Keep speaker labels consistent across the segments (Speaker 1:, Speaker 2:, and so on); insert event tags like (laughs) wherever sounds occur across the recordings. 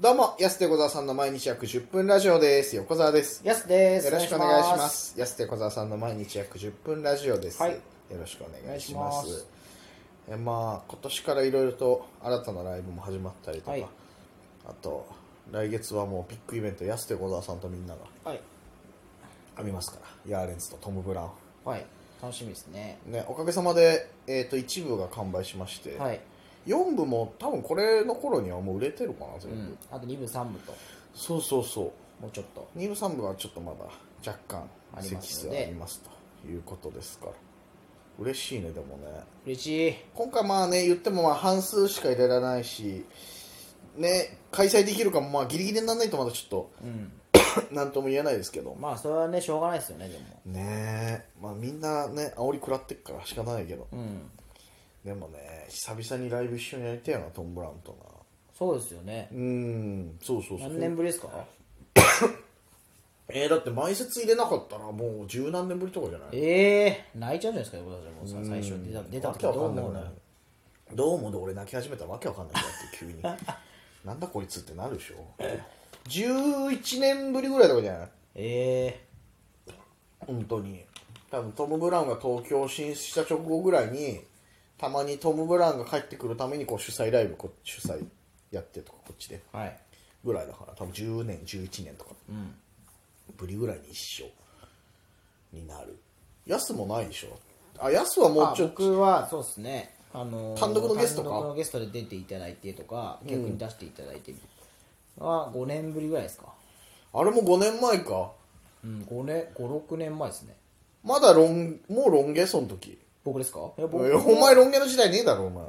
Speaker 1: どうも、安手小沢さんの毎日約10分ラジオです。横澤です。
Speaker 2: やすです。
Speaker 1: よろしくお願いしま。す。安手小沢さんの毎日約10分ラジオです。
Speaker 2: はい
Speaker 1: よろしくお願いしま
Speaker 2: お願いします
Speaker 1: す。えまあ、今年からいろいろと新たなライブも始まったりとか、
Speaker 2: はい
Speaker 1: あと、来月はもうビッグイベント、安手小沢さんとみんなが
Speaker 2: はい。
Speaker 1: 編みますから、ヤーレンズとトム・ブラウ
Speaker 2: はい。楽しみですね。
Speaker 1: ン。ね、おかげさまで、えっと1部が完売しまして、
Speaker 2: はい。
Speaker 1: 4部も多分これの頃にはもう売れてるかな、
Speaker 2: う
Speaker 1: 全部。
Speaker 2: ん。あと2部3部と、
Speaker 1: そうそうそう。
Speaker 2: もうちょっと。
Speaker 1: 2部3部はちょっとまだ若干
Speaker 2: あり
Speaker 1: 席
Speaker 2: ます
Speaker 1: 数
Speaker 2: の
Speaker 1: あ
Speaker 2: で
Speaker 1: りますということですから嬉しいねでもね
Speaker 2: 嬉しい。
Speaker 1: 今回まあね言ってもまあ半数しか入れられないしね開催できるかもまあギリギリにならないとまだちょ
Speaker 2: うん。
Speaker 1: っと (coughs) なんとも言えないですけど
Speaker 2: まあ、それはね、しょうがないですよね、でも。
Speaker 1: ねえまあみんなね煽り食らってっから仕方ないけど
Speaker 2: うん。
Speaker 1: でもね久々にライブ一緒にやりたいよなトム・ブラウンと
Speaker 2: そうですよね
Speaker 1: なう。んそうそうそう
Speaker 2: 何年ぶりですか
Speaker 1: えーだって前説入れなかったらもう十何年ぶりとかじゃない
Speaker 2: ええー、泣いちゃうじゃないですか、横田さんもさ。最初出た、出た
Speaker 1: わ
Speaker 2: 時
Speaker 1: けわ
Speaker 2: ど
Speaker 1: か
Speaker 2: う
Speaker 1: んな
Speaker 2: 思
Speaker 1: く
Speaker 2: う
Speaker 1: な
Speaker 2: の
Speaker 1: るどうもで俺泣き始めたらわけわかんなくなって
Speaker 2: (laughs)
Speaker 1: 急になんだこいつってなるでしょ11年ぶりぐらいとかじゃない
Speaker 2: ええ
Speaker 1: 本当に多分トム・ブラウンが東京進出した直後ぐらいにたまにトム・ブラウンが帰ってくるためにこう主催ライブこう主催やってとかこっちで
Speaker 2: ー。はい。
Speaker 1: ぐらいだから多分10年11年とか
Speaker 2: うん。
Speaker 1: ぶりぐらいに一緒になるやすもないでしょあやすはも
Speaker 2: あ
Speaker 1: うちょっと
Speaker 2: 僕は、そうですね。あのー
Speaker 1: 単独のゲストか
Speaker 2: 単独のゲストで出ていただいてとか、逆に出していただいては、5年ぶりぐらいですか。
Speaker 1: あれも5年前か
Speaker 2: うん、5年、5、6年前ですね。
Speaker 1: まだロン、もうロン毛その時。
Speaker 2: 僕ですかいや
Speaker 1: お
Speaker 2: 僕
Speaker 1: 前お前ロン毛の時代ねえだろ、お前。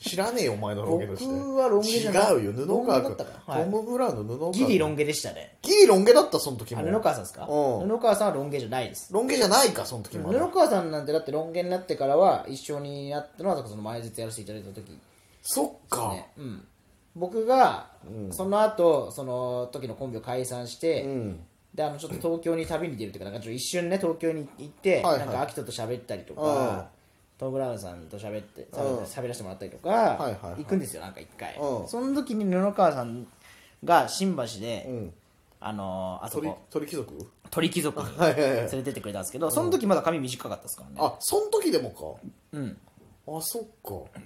Speaker 1: 知らねえよ、お前のロン毛の時代。
Speaker 2: 僕はロン毛じゃない
Speaker 1: 違うよ、布川
Speaker 2: ロ
Speaker 1: 君。
Speaker 2: ン毛だったかはい
Speaker 1: トム・ブラウンの布川
Speaker 2: ギリロ
Speaker 1: ン
Speaker 2: ン毛でしたね。
Speaker 1: ギリロン毛だった、その時
Speaker 2: あ
Speaker 1: も。
Speaker 2: 布川さんですか
Speaker 1: うん
Speaker 2: 布川さんはロン毛じゃないです。
Speaker 1: ロン毛じゃないか、その時
Speaker 2: 布
Speaker 1: も。
Speaker 2: 川さんなんてだってロン毛になってからは一緒にやったのはその前日やらせていただいた時
Speaker 1: そっか。
Speaker 2: ね。うん。僕が、その後、その時のコンビを解散して、
Speaker 1: うん。
Speaker 2: であのちょっと東京に旅に出るというかなんかちょっと一瞬ね東京に行っ
Speaker 1: は
Speaker 2: て、
Speaker 1: いはい
Speaker 2: なんか秋人と喋ったりとか、
Speaker 1: うん
Speaker 2: トム・ブラウンさんと喋って
Speaker 1: うん
Speaker 2: 喋って喋らせてもらったりとか、
Speaker 1: いはいはい
Speaker 2: 行くんですよなんか一回、
Speaker 1: うん
Speaker 2: その時に布川さんが新橋で、
Speaker 1: うん。
Speaker 2: あのーあそ
Speaker 1: 鳥
Speaker 2: こ、
Speaker 1: 鳥貴族
Speaker 2: 鳥貴族に
Speaker 1: はいはいは
Speaker 2: 連
Speaker 1: い。
Speaker 2: れてってくれたんですけど、その時まだ髪短かったですからね
Speaker 1: あ、その時でもか。
Speaker 2: うん
Speaker 1: あ、そっか。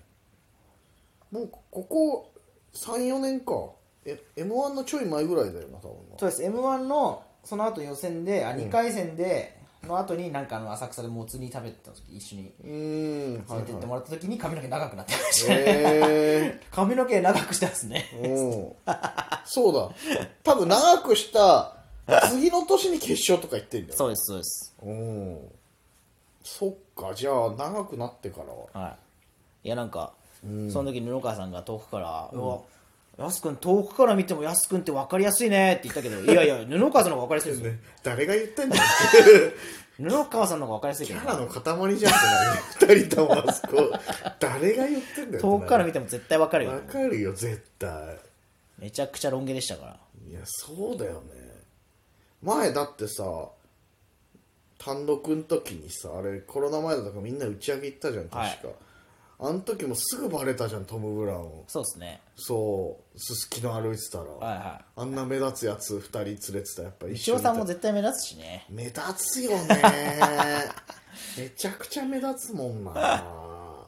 Speaker 1: もう、ここ、3、4年か。え、M1 のちょい前ぐらいだよな、多分な。
Speaker 2: そうです m 1のその後予選であ2回戦で、の後になんかあの浅草でもつ煮食べてた時一緒に
Speaker 1: うーん。
Speaker 2: 連れてってもらった時に髪の毛長くなってました、
Speaker 1: えー。
Speaker 2: (laughs) 髪の毛長くしたんですね
Speaker 1: うんそうだ多分長くした次の年に決勝とか行ってんだよ
Speaker 2: そうですそうです
Speaker 1: うんそっかじゃあ長くなってからは
Speaker 2: はいいやなんか、その時布川さんが遠くから「うわやすくん遠くから見てもやすくんって分かりやすいね」って言ったけど「いやいや (laughs) 布川さんの方が分かりやすいですよ
Speaker 1: 誰が言ってんだよキ
Speaker 2: 布川さんの方が分かりやすいけ
Speaker 1: (laughs)
Speaker 2: ど
Speaker 1: ャラの塊じゃんってなる (laughs) 二人ともあそこ誰が言ってんだよ
Speaker 2: 遠くから
Speaker 1: 見
Speaker 2: 見ても絶対分かるよ
Speaker 1: わかるよ絶対
Speaker 2: めちゃくちゃロン毛でしたから
Speaker 1: いやそうだよね前だってさ単独の時にさあれコロナ前だったからみんな打ち上げ行ったじゃん確か、
Speaker 2: はい
Speaker 1: あの時もすぐバレたじゃんトム・ブラウン
Speaker 2: そうですね
Speaker 1: そうすすきの歩いてたら、
Speaker 2: はいは
Speaker 1: あんな目立つやつ2人連れてたやっぱ
Speaker 2: い
Speaker 1: 一緒
Speaker 2: 一郎
Speaker 1: にい
Speaker 2: さ
Speaker 1: た
Speaker 2: んも絶対目立つしね
Speaker 1: 目立つよ
Speaker 2: (laughs)
Speaker 1: ねめちゃくちゃ目立つもん
Speaker 2: (laughs)
Speaker 1: な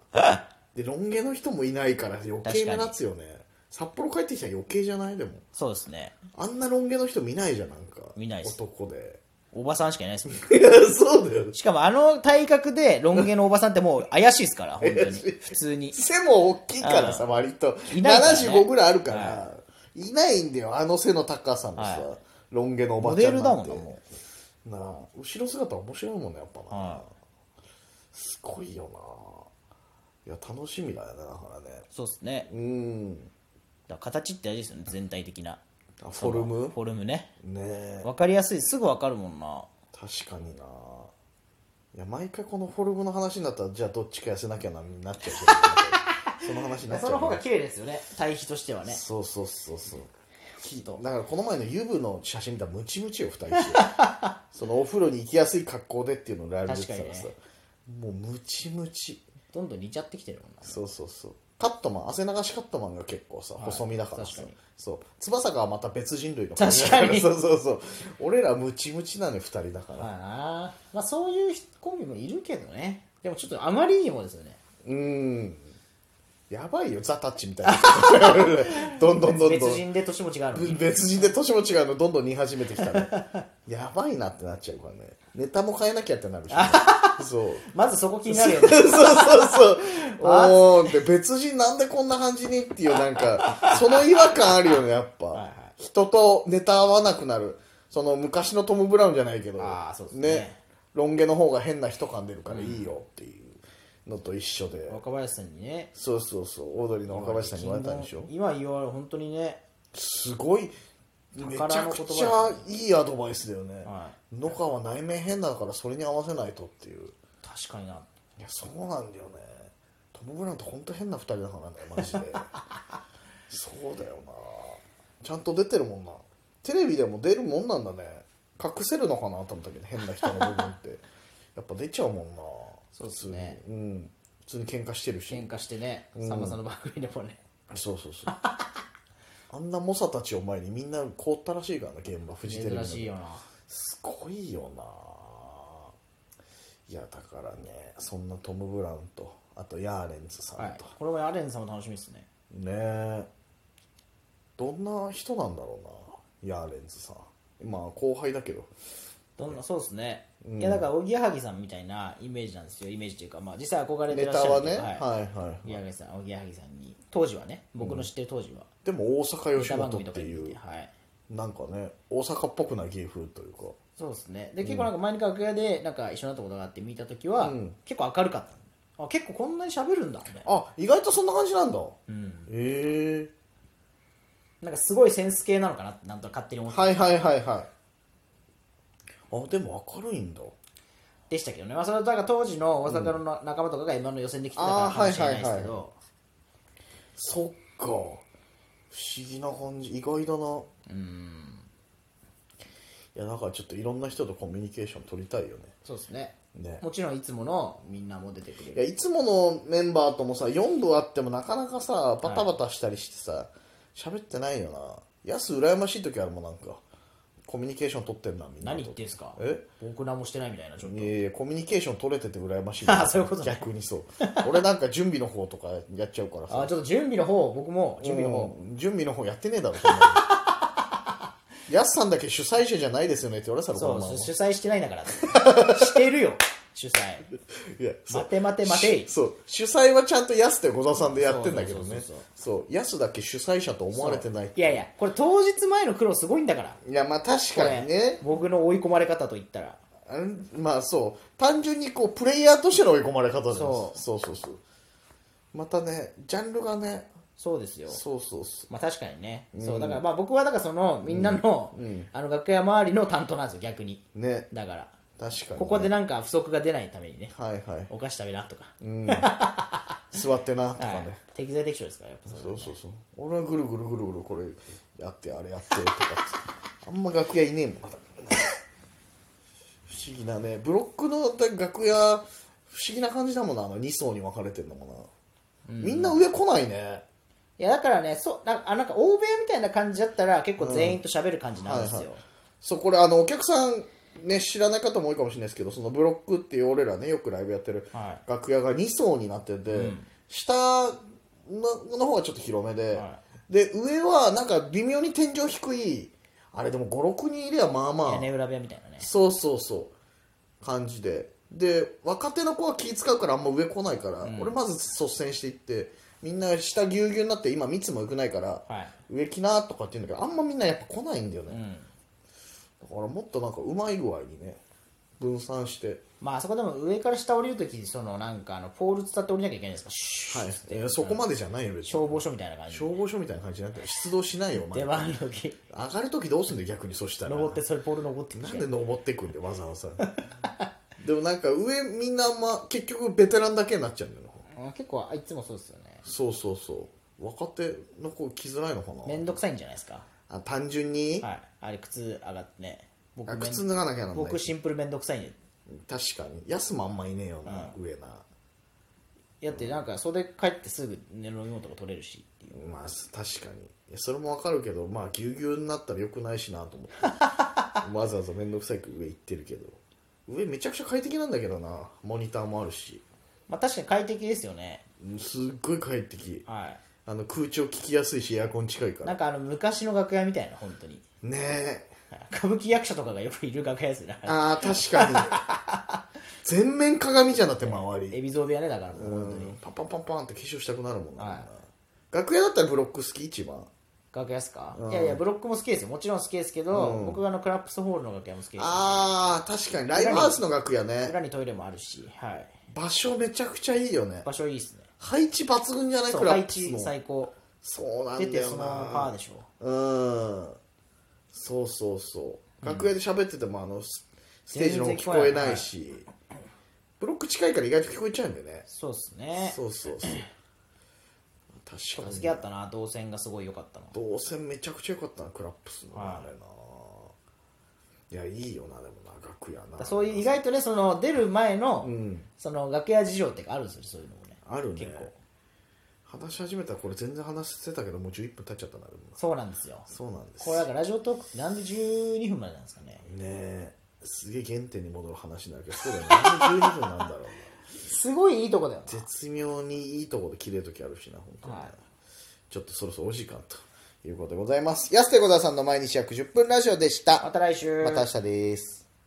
Speaker 1: でロン毛の人もいないから余計
Speaker 2: 確か
Speaker 1: 目
Speaker 2: に
Speaker 1: 立つよね札幌帰ってきたら余計じゃないでも
Speaker 2: そうですね
Speaker 1: あんなロン毛の人見ないじゃんなんか
Speaker 2: 見ないっす
Speaker 1: 男で
Speaker 2: おばさんしかいないですもん
Speaker 1: いやそうだよ
Speaker 2: しかもあの体格でロン毛のおばさんってもう怪しいで
Speaker 1: (laughs)
Speaker 2: すから本当
Speaker 1: 怪
Speaker 2: に
Speaker 1: しい
Speaker 2: 普通に
Speaker 1: 背も大きいからさ割と
Speaker 2: いないからね
Speaker 1: 75ぐらいあるから、、
Speaker 2: はい
Speaker 1: ないんだよあの背の高さもさ、
Speaker 2: は
Speaker 1: ロン毛のおば
Speaker 2: モ
Speaker 1: ち
Speaker 2: デ
Speaker 1: ゃん
Speaker 2: ルだ
Speaker 1: な
Speaker 2: も
Speaker 1: んて
Speaker 2: んなも
Speaker 1: なあ後ろ姿面白いもんねやっぱ
Speaker 2: う
Speaker 1: な、
Speaker 2: は
Speaker 1: すごいよないや楽しみだよねだからね
Speaker 2: いそうですね
Speaker 1: うん
Speaker 2: だから形って大事ですよね全体的な
Speaker 1: あフォルム
Speaker 2: フォルムね
Speaker 1: ねえ
Speaker 2: 分かりやすいすぐ分かるもんな
Speaker 1: 確かにないや毎回このフォルムの話になったらじゃあどっちか痩せなきゃなになっちゃう
Speaker 2: (laughs)
Speaker 1: けどその話になっちゃうね
Speaker 2: 綺麗ですよね対比としてはね
Speaker 1: そうそうそうそう
Speaker 2: きっと
Speaker 1: だからこの前のユブの写真見たらムチムチよ2人して
Speaker 2: (laughs)
Speaker 1: そのお風呂に行きやすい格好でっていうのをライブで言ってたらさ、
Speaker 2: 確
Speaker 1: もうムチムチ
Speaker 2: どんどん似ちゃってきてるもんな
Speaker 1: そうそうそうカットマン汗流しカットマンが結構さ、細身だから
Speaker 2: 確
Speaker 1: さ
Speaker 2: かに
Speaker 1: そう翼がまた別人類の
Speaker 2: 確かに
Speaker 1: そうそうそう俺らムチムチなのよ2人だから
Speaker 2: まあなあまあそういうコンビもいるけどねでもちょっとあまりにもですよね
Speaker 1: うーんやばいよザ・タッチみたいな (laughs) どんどんどんど
Speaker 2: 別
Speaker 1: ん
Speaker 2: 人で年も違うの
Speaker 1: (laughs)
Speaker 2: に
Speaker 1: 別人で年も違うのどんどん似始めてきたね (laughs) やばいなってなっちゃうからねネタも変えなきゃってなる
Speaker 2: (laughs)
Speaker 1: しね、そう
Speaker 2: まずそこ気になるよね
Speaker 1: そうそうそう。
Speaker 2: (laughs)
Speaker 1: おーんって別人なんでこんな感じにっていうなんか、その違和感あるよね、やっぱ。
Speaker 2: いはい
Speaker 1: 人とネタ合わなくなる。その昔のトム・ブラウンじゃないけど、
Speaker 2: あーそうですね
Speaker 1: ロン毛の方が変な人感出るからいいよっていうのと一緒で。
Speaker 2: 若林さんにね
Speaker 1: そうそうそう、オードリーの若林さんに言われたんでしょ。
Speaker 2: 今言われ本当にね
Speaker 1: すごい、めちゃ
Speaker 2: 宝の
Speaker 1: く
Speaker 2: 言葉
Speaker 1: ちゃいいアドバイスだよね
Speaker 2: は。
Speaker 1: 野川内面変だからそれに合わせないとっていう。
Speaker 2: 確かにない
Speaker 1: やそうなんだよねトム・ブラウンって本当変な2人だからねマ
Speaker 2: (laughs)
Speaker 1: ジでそうだよなちゃんと出てるもんなテレビでも出るもんなんだね隠せるのかなと思ったけど変な人の部分って
Speaker 2: (laughs)
Speaker 1: やっぱ出ちゃうもんな
Speaker 2: そうですね
Speaker 1: 普通にうん普通に喧嘩してるし
Speaker 2: 喧嘩してねさんまさんの番組でもね
Speaker 1: そうそうそうあんな猛者たちを前にみんな凍ったらしいからな現場フジテレビの
Speaker 2: 珍しいよな
Speaker 1: すごいよな。いや、だからね、そんなトム・ブラウンと、あとヤーレンズさん
Speaker 2: はい
Speaker 1: と。
Speaker 2: これもアレンさんも楽しみですね
Speaker 1: ねえどんな人なんだろうな、ヤーレンズさん。まあ、後輩だけど。
Speaker 2: どんなそうですね、いやだからおぎやはぎさんみたいなイメージなんですよイメージというかまあ実際憧れて
Speaker 1: ネ
Speaker 2: らっ
Speaker 1: タ
Speaker 2: しゃ
Speaker 1: は
Speaker 2: る
Speaker 1: ね、
Speaker 2: と
Speaker 1: は
Speaker 2: いう
Speaker 1: い
Speaker 2: か
Speaker 1: はいはい。
Speaker 2: おぎやはぎさんおぎやはぎさんに当時はね僕の知ってる当時は、
Speaker 1: でも、大阪
Speaker 2: ネ
Speaker 1: 吉
Speaker 2: タ番
Speaker 1: 本っ
Speaker 2: 組とか
Speaker 1: て
Speaker 2: に
Speaker 1: い
Speaker 2: 出
Speaker 1: う
Speaker 2: て、はい
Speaker 1: なんかね、大阪っぽくない芸風というか。
Speaker 2: そうですねで結構なんか前に楽屋でなんか一緒になったことがあって見た時は、
Speaker 1: うん
Speaker 2: 結構明るかったあ結構こんなに喋るんだみたいな
Speaker 1: あ、意外とそんな感じなんだ。
Speaker 2: うん
Speaker 1: ええ
Speaker 2: なんかすごいセンス系なのかなってなんとなく勝手に思って
Speaker 1: はいはいはいはい。あ、でも明るいんだ。
Speaker 2: でしたけどね、まあ、それはだから当時の大阪の仲間とかが今の予選で来てたからかもしれないですけ
Speaker 1: あ
Speaker 2: ど、
Speaker 1: ーはいはいそっか不思議な感じ意外だなうんいやだからちょっといろんな人とコミュニケーション取りたいよね
Speaker 2: そうですね
Speaker 1: ね
Speaker 2: もちろんいつものみんなも出てくれ
Speaker 1: いや
Speaker 2: る
Speaker 1: いつものメンバーともさ4部あってもなかなかさバタバタしたりしてさ喋、ってないよなやす羨ましい時あるもんなんかコミュニケーション取ってんなみんなと
Speaker 2: 何言ってんすか
Speaker 1: え
Speaker 2: 僕何もしてないみたいなちょっと
Speaker 1: いやいやコミュニケーション取れてて羨ましい
Speaker 2: (laughs) あそういうことね
Speaker 1: 逆にそう俺なんか準備の方とかやっちゃうからさ
Speaker 2: あーちょっと準備の方僕も準備の方
Speaker 1: うん準備の方やってねえだろそんなの (laughs) やすさんだけ主催者じゃないですよねって言われてたの
Speaker 2: そ
Speaker 1: こ
Speaker 2: う
Speaker 1: の前も
Speaker 2: 主催してないんだからしてるよ主催
Speaker 1: いやそう
Speaker 2: 待て待て待てい
Speaker 1: そう主催はちゃんとやすと小沢さんでやってんだけどね
Speaker 2: そうそうそう
Speaker 1: そうやすだけ主催者と思われてない
Speaker 2: いやいやこれ当日前の苦労すごいんだから
Speaker 1: いやまあ確
Speaker 2: こ
Speaker 1: かに
Speaker 2: れ
Speaker 1: ね
Speaker 2: 僕の追い込まれ方といったら
Speaker 1: うんまあそう単純にこうプレイヤーとしての追い込まれ方じゃない
Speaker 2: そう
Speaker 1: そうそうそうまたねジャンルがね
Speaker 2: そうですよ
Speaker 1: そうそうそ
Speaker 2: まあ確かにね、そうだからまあ僕はだからそのみんなの,、あの楽屋周りの担当なんですよ逆に
Speaker 1: うね
Speaker 2: だから
Speaker 1: 確かにね、
Speaker 2: ここでなんか不足が出ないためにね
Speaker 1: はいはい
Speaker 2: お菓子食べなとか,、
Speaker 1: 座ってなとかね、
Speaker 2: はい、適材適所ですからやっぱそれ
Speaker 1: そうそうそう俺はぐるぐるぐるぐるこれやってあれやってとかってあんま楽屋いねえもん不思議なねブロックの楽屋不思議な感じだもんなあの2層に分かれてんのもな、みんな上来ないね
Speaker 2: いやだからねそうなんかあなんか欧米みたいな感じだったら結構全員と喋る感じなんですよ、
Speaker 1: はいはいそうこれあのお客さんね知らない方も多いかもしれないですけどそのブロックっていう俺らねよくライブやってる
Speaker 2: はい
Speaker 1: 楽屋が2層になってて、下のの方がちょっと広めで、
Speaker 2: は
Speaker 1: で上はなんか微妙に天井低いあれでも56人いればまあまあ
Speaker 2: 屋根裏部屋みたいなね
Speaker 1: そうそうそう感じでで若手の子は気使うからあんま上来ないから、俺まず率先していってみんな下ぎゅうぎゅうになって今密も良くないから、
Speaker 2: はい
Speaker 1: 上来なとかって言うんだけどあんまみんなやっぱ来ないんだよね、
Speaker 2: ん
Speaker 1: だからもっとなんかうまい具合にね分散して、
Speaker 2: まああそこでも上から下降りるときそのなんかあのポール伝って降りなきゃいけないんですかシュ
Speaker 1: はいえーそこまでじゃないよ別に
Speaker 2: 消防署みたいな感じ
Speaker 1: 消防署みたいな感じになって出動しないよお前
Speaker 2: 出番の時
Speaker 1: 上がる時どうすんだよ逆にそしたら
Speaker 2: 登ってそれポール登ってきて
Speaker 1: なんで登ってくんでわざわざでもなんか上みんなあんま結局ベテランだけになっちゃうんだよな
Speaker 2: うん結構あいつもそうですよね
Speaker 1: そうそうそう若手の子来づらいのか
Speaker 2: め
Speaker 1: なん
Speaker 2: どくさいんじゃないですか
Speaker 1: あ単純に、
Speaker 2: はいあれ靴上がってね僕
Speaker 1: あ
Speaker 2: めん
Speaker 1: 靴脱がなきゃなんない
Speaker 2: 僕シンプルめんどくさいんで
Speaker 1: 確かに安もあんまいねえよな、上な
Speaker 2: やってなんか袖帰ってすぐ飲み物とか取れるしっていう
Speaker 1: まあ確かにいやそれもわかるけどまあぎゅうぎゅうになったらよくないしなと
Speaker 2: (laughs)
Speaker 1: 思ってわざわざ面倒くさいく上行ってるけど上めちゃくちゃ快適なんだけどなモニターもあるし
Speaker 2: まあ確かに快適ですよね
Speaker 1: うんすっごい快適
Speaker 2: は
Speaker 1: あの空調効きやすいしエアコン近いか
Speaker 2: い
Speaker 1: ら
Speaker 2: なんかあの昔の楽屋みたいな本当に
Speaker 1: ねえ
Speaker 2: はい歌舞伎役者とかがよくいる楽屋ですね
Speaker 1: あー確かに
Speaker 2: (laughs)
Speaker 1: 全面鏡じゃなくて周り
Speaker 2: 海老蔵部屋ねだからもう
Speaker 1: う
Speaker 2: 本当に
Speaker 1: んパンパンパンパンって化粧したくなるもんな、
Speaker 2: は
Speaker 1: 楽屋だったらブロック好き一番
Speaker 2: 楽屋っすかいやいやブロックも好きですよもちろん好きですけど僕はあのクラップスホールの楽屋も好きです
Speaker 1: あー確かにライブハウスの楽屋ね
Speaker 2: 裏にトイレもあるしはい
Speaker 1: 場所めちゃくちゃいいよね
Speaker 2: 場所いいっすね
Speaker 1: 配置抜群じゃない
Speaker 2: そう
Speaker 1: クラ
Speaker 2: 配
Speaker 1: ップス
Speaker 2: 置
Speaker 1: の
Speaker 2: 最高
Speaker 1: そうなんだ
Speaker 2: 出
Speaker 1: よな
Speaker 2: てそのパーでしょ
Speaker 1: うんそうそうそう楽屋で喋っててもあのスステージの方聞こえないしブロック近いから意外と聞こえちゃうんだよね
Speaker 2: そうっすね
Speaker 1: そうそうそう確か
Speaker 2: 好
Speaker 1: に
Speaker 2: きだったな動線がすごい良かったの
Speaker 1: 動線めちゃくちゃ良かったなクラップスの、
Speaker 2: は
Speaker 1: あ
Speaker 2: い
Speaker 1: れないやいいよなでもな楽屋な
Speaker 2: そういう意外とねその出る前の、
Speaker 1: ん
Speaker 2: その楽屋事情っていうかあるんですよそういうのもね
Speaker 1: あるね
Speaker 2: 結構
Speaker 1: 話し始めたらこれ全然話してたけどもう11分経っちゃったなでも
Speaker 2: そうなんですよ
Speaker 1: そうなんです
Speaker 2: これだからラジオトークってなんで12分までなんですかね
Speaker 1: ねえすげえ原点に戻る話になるけどそうだよ何で12分なんだろ
Speaker 2: (laughs)
Speaker 1: うな
Speaker 2: すごいいいとこだよ
Speaker 1: 絶妙にいいとこで切れる時あるしな本当に、
Speaker 2: はい
Speaker 1: ちょっとそろそろお時間ということでございます安手小沢さんの毎日約10分ラジオでし
Speaker 2: ま
Speaker 1: た
Speaker 2: た来週
Speaker 1: また明日です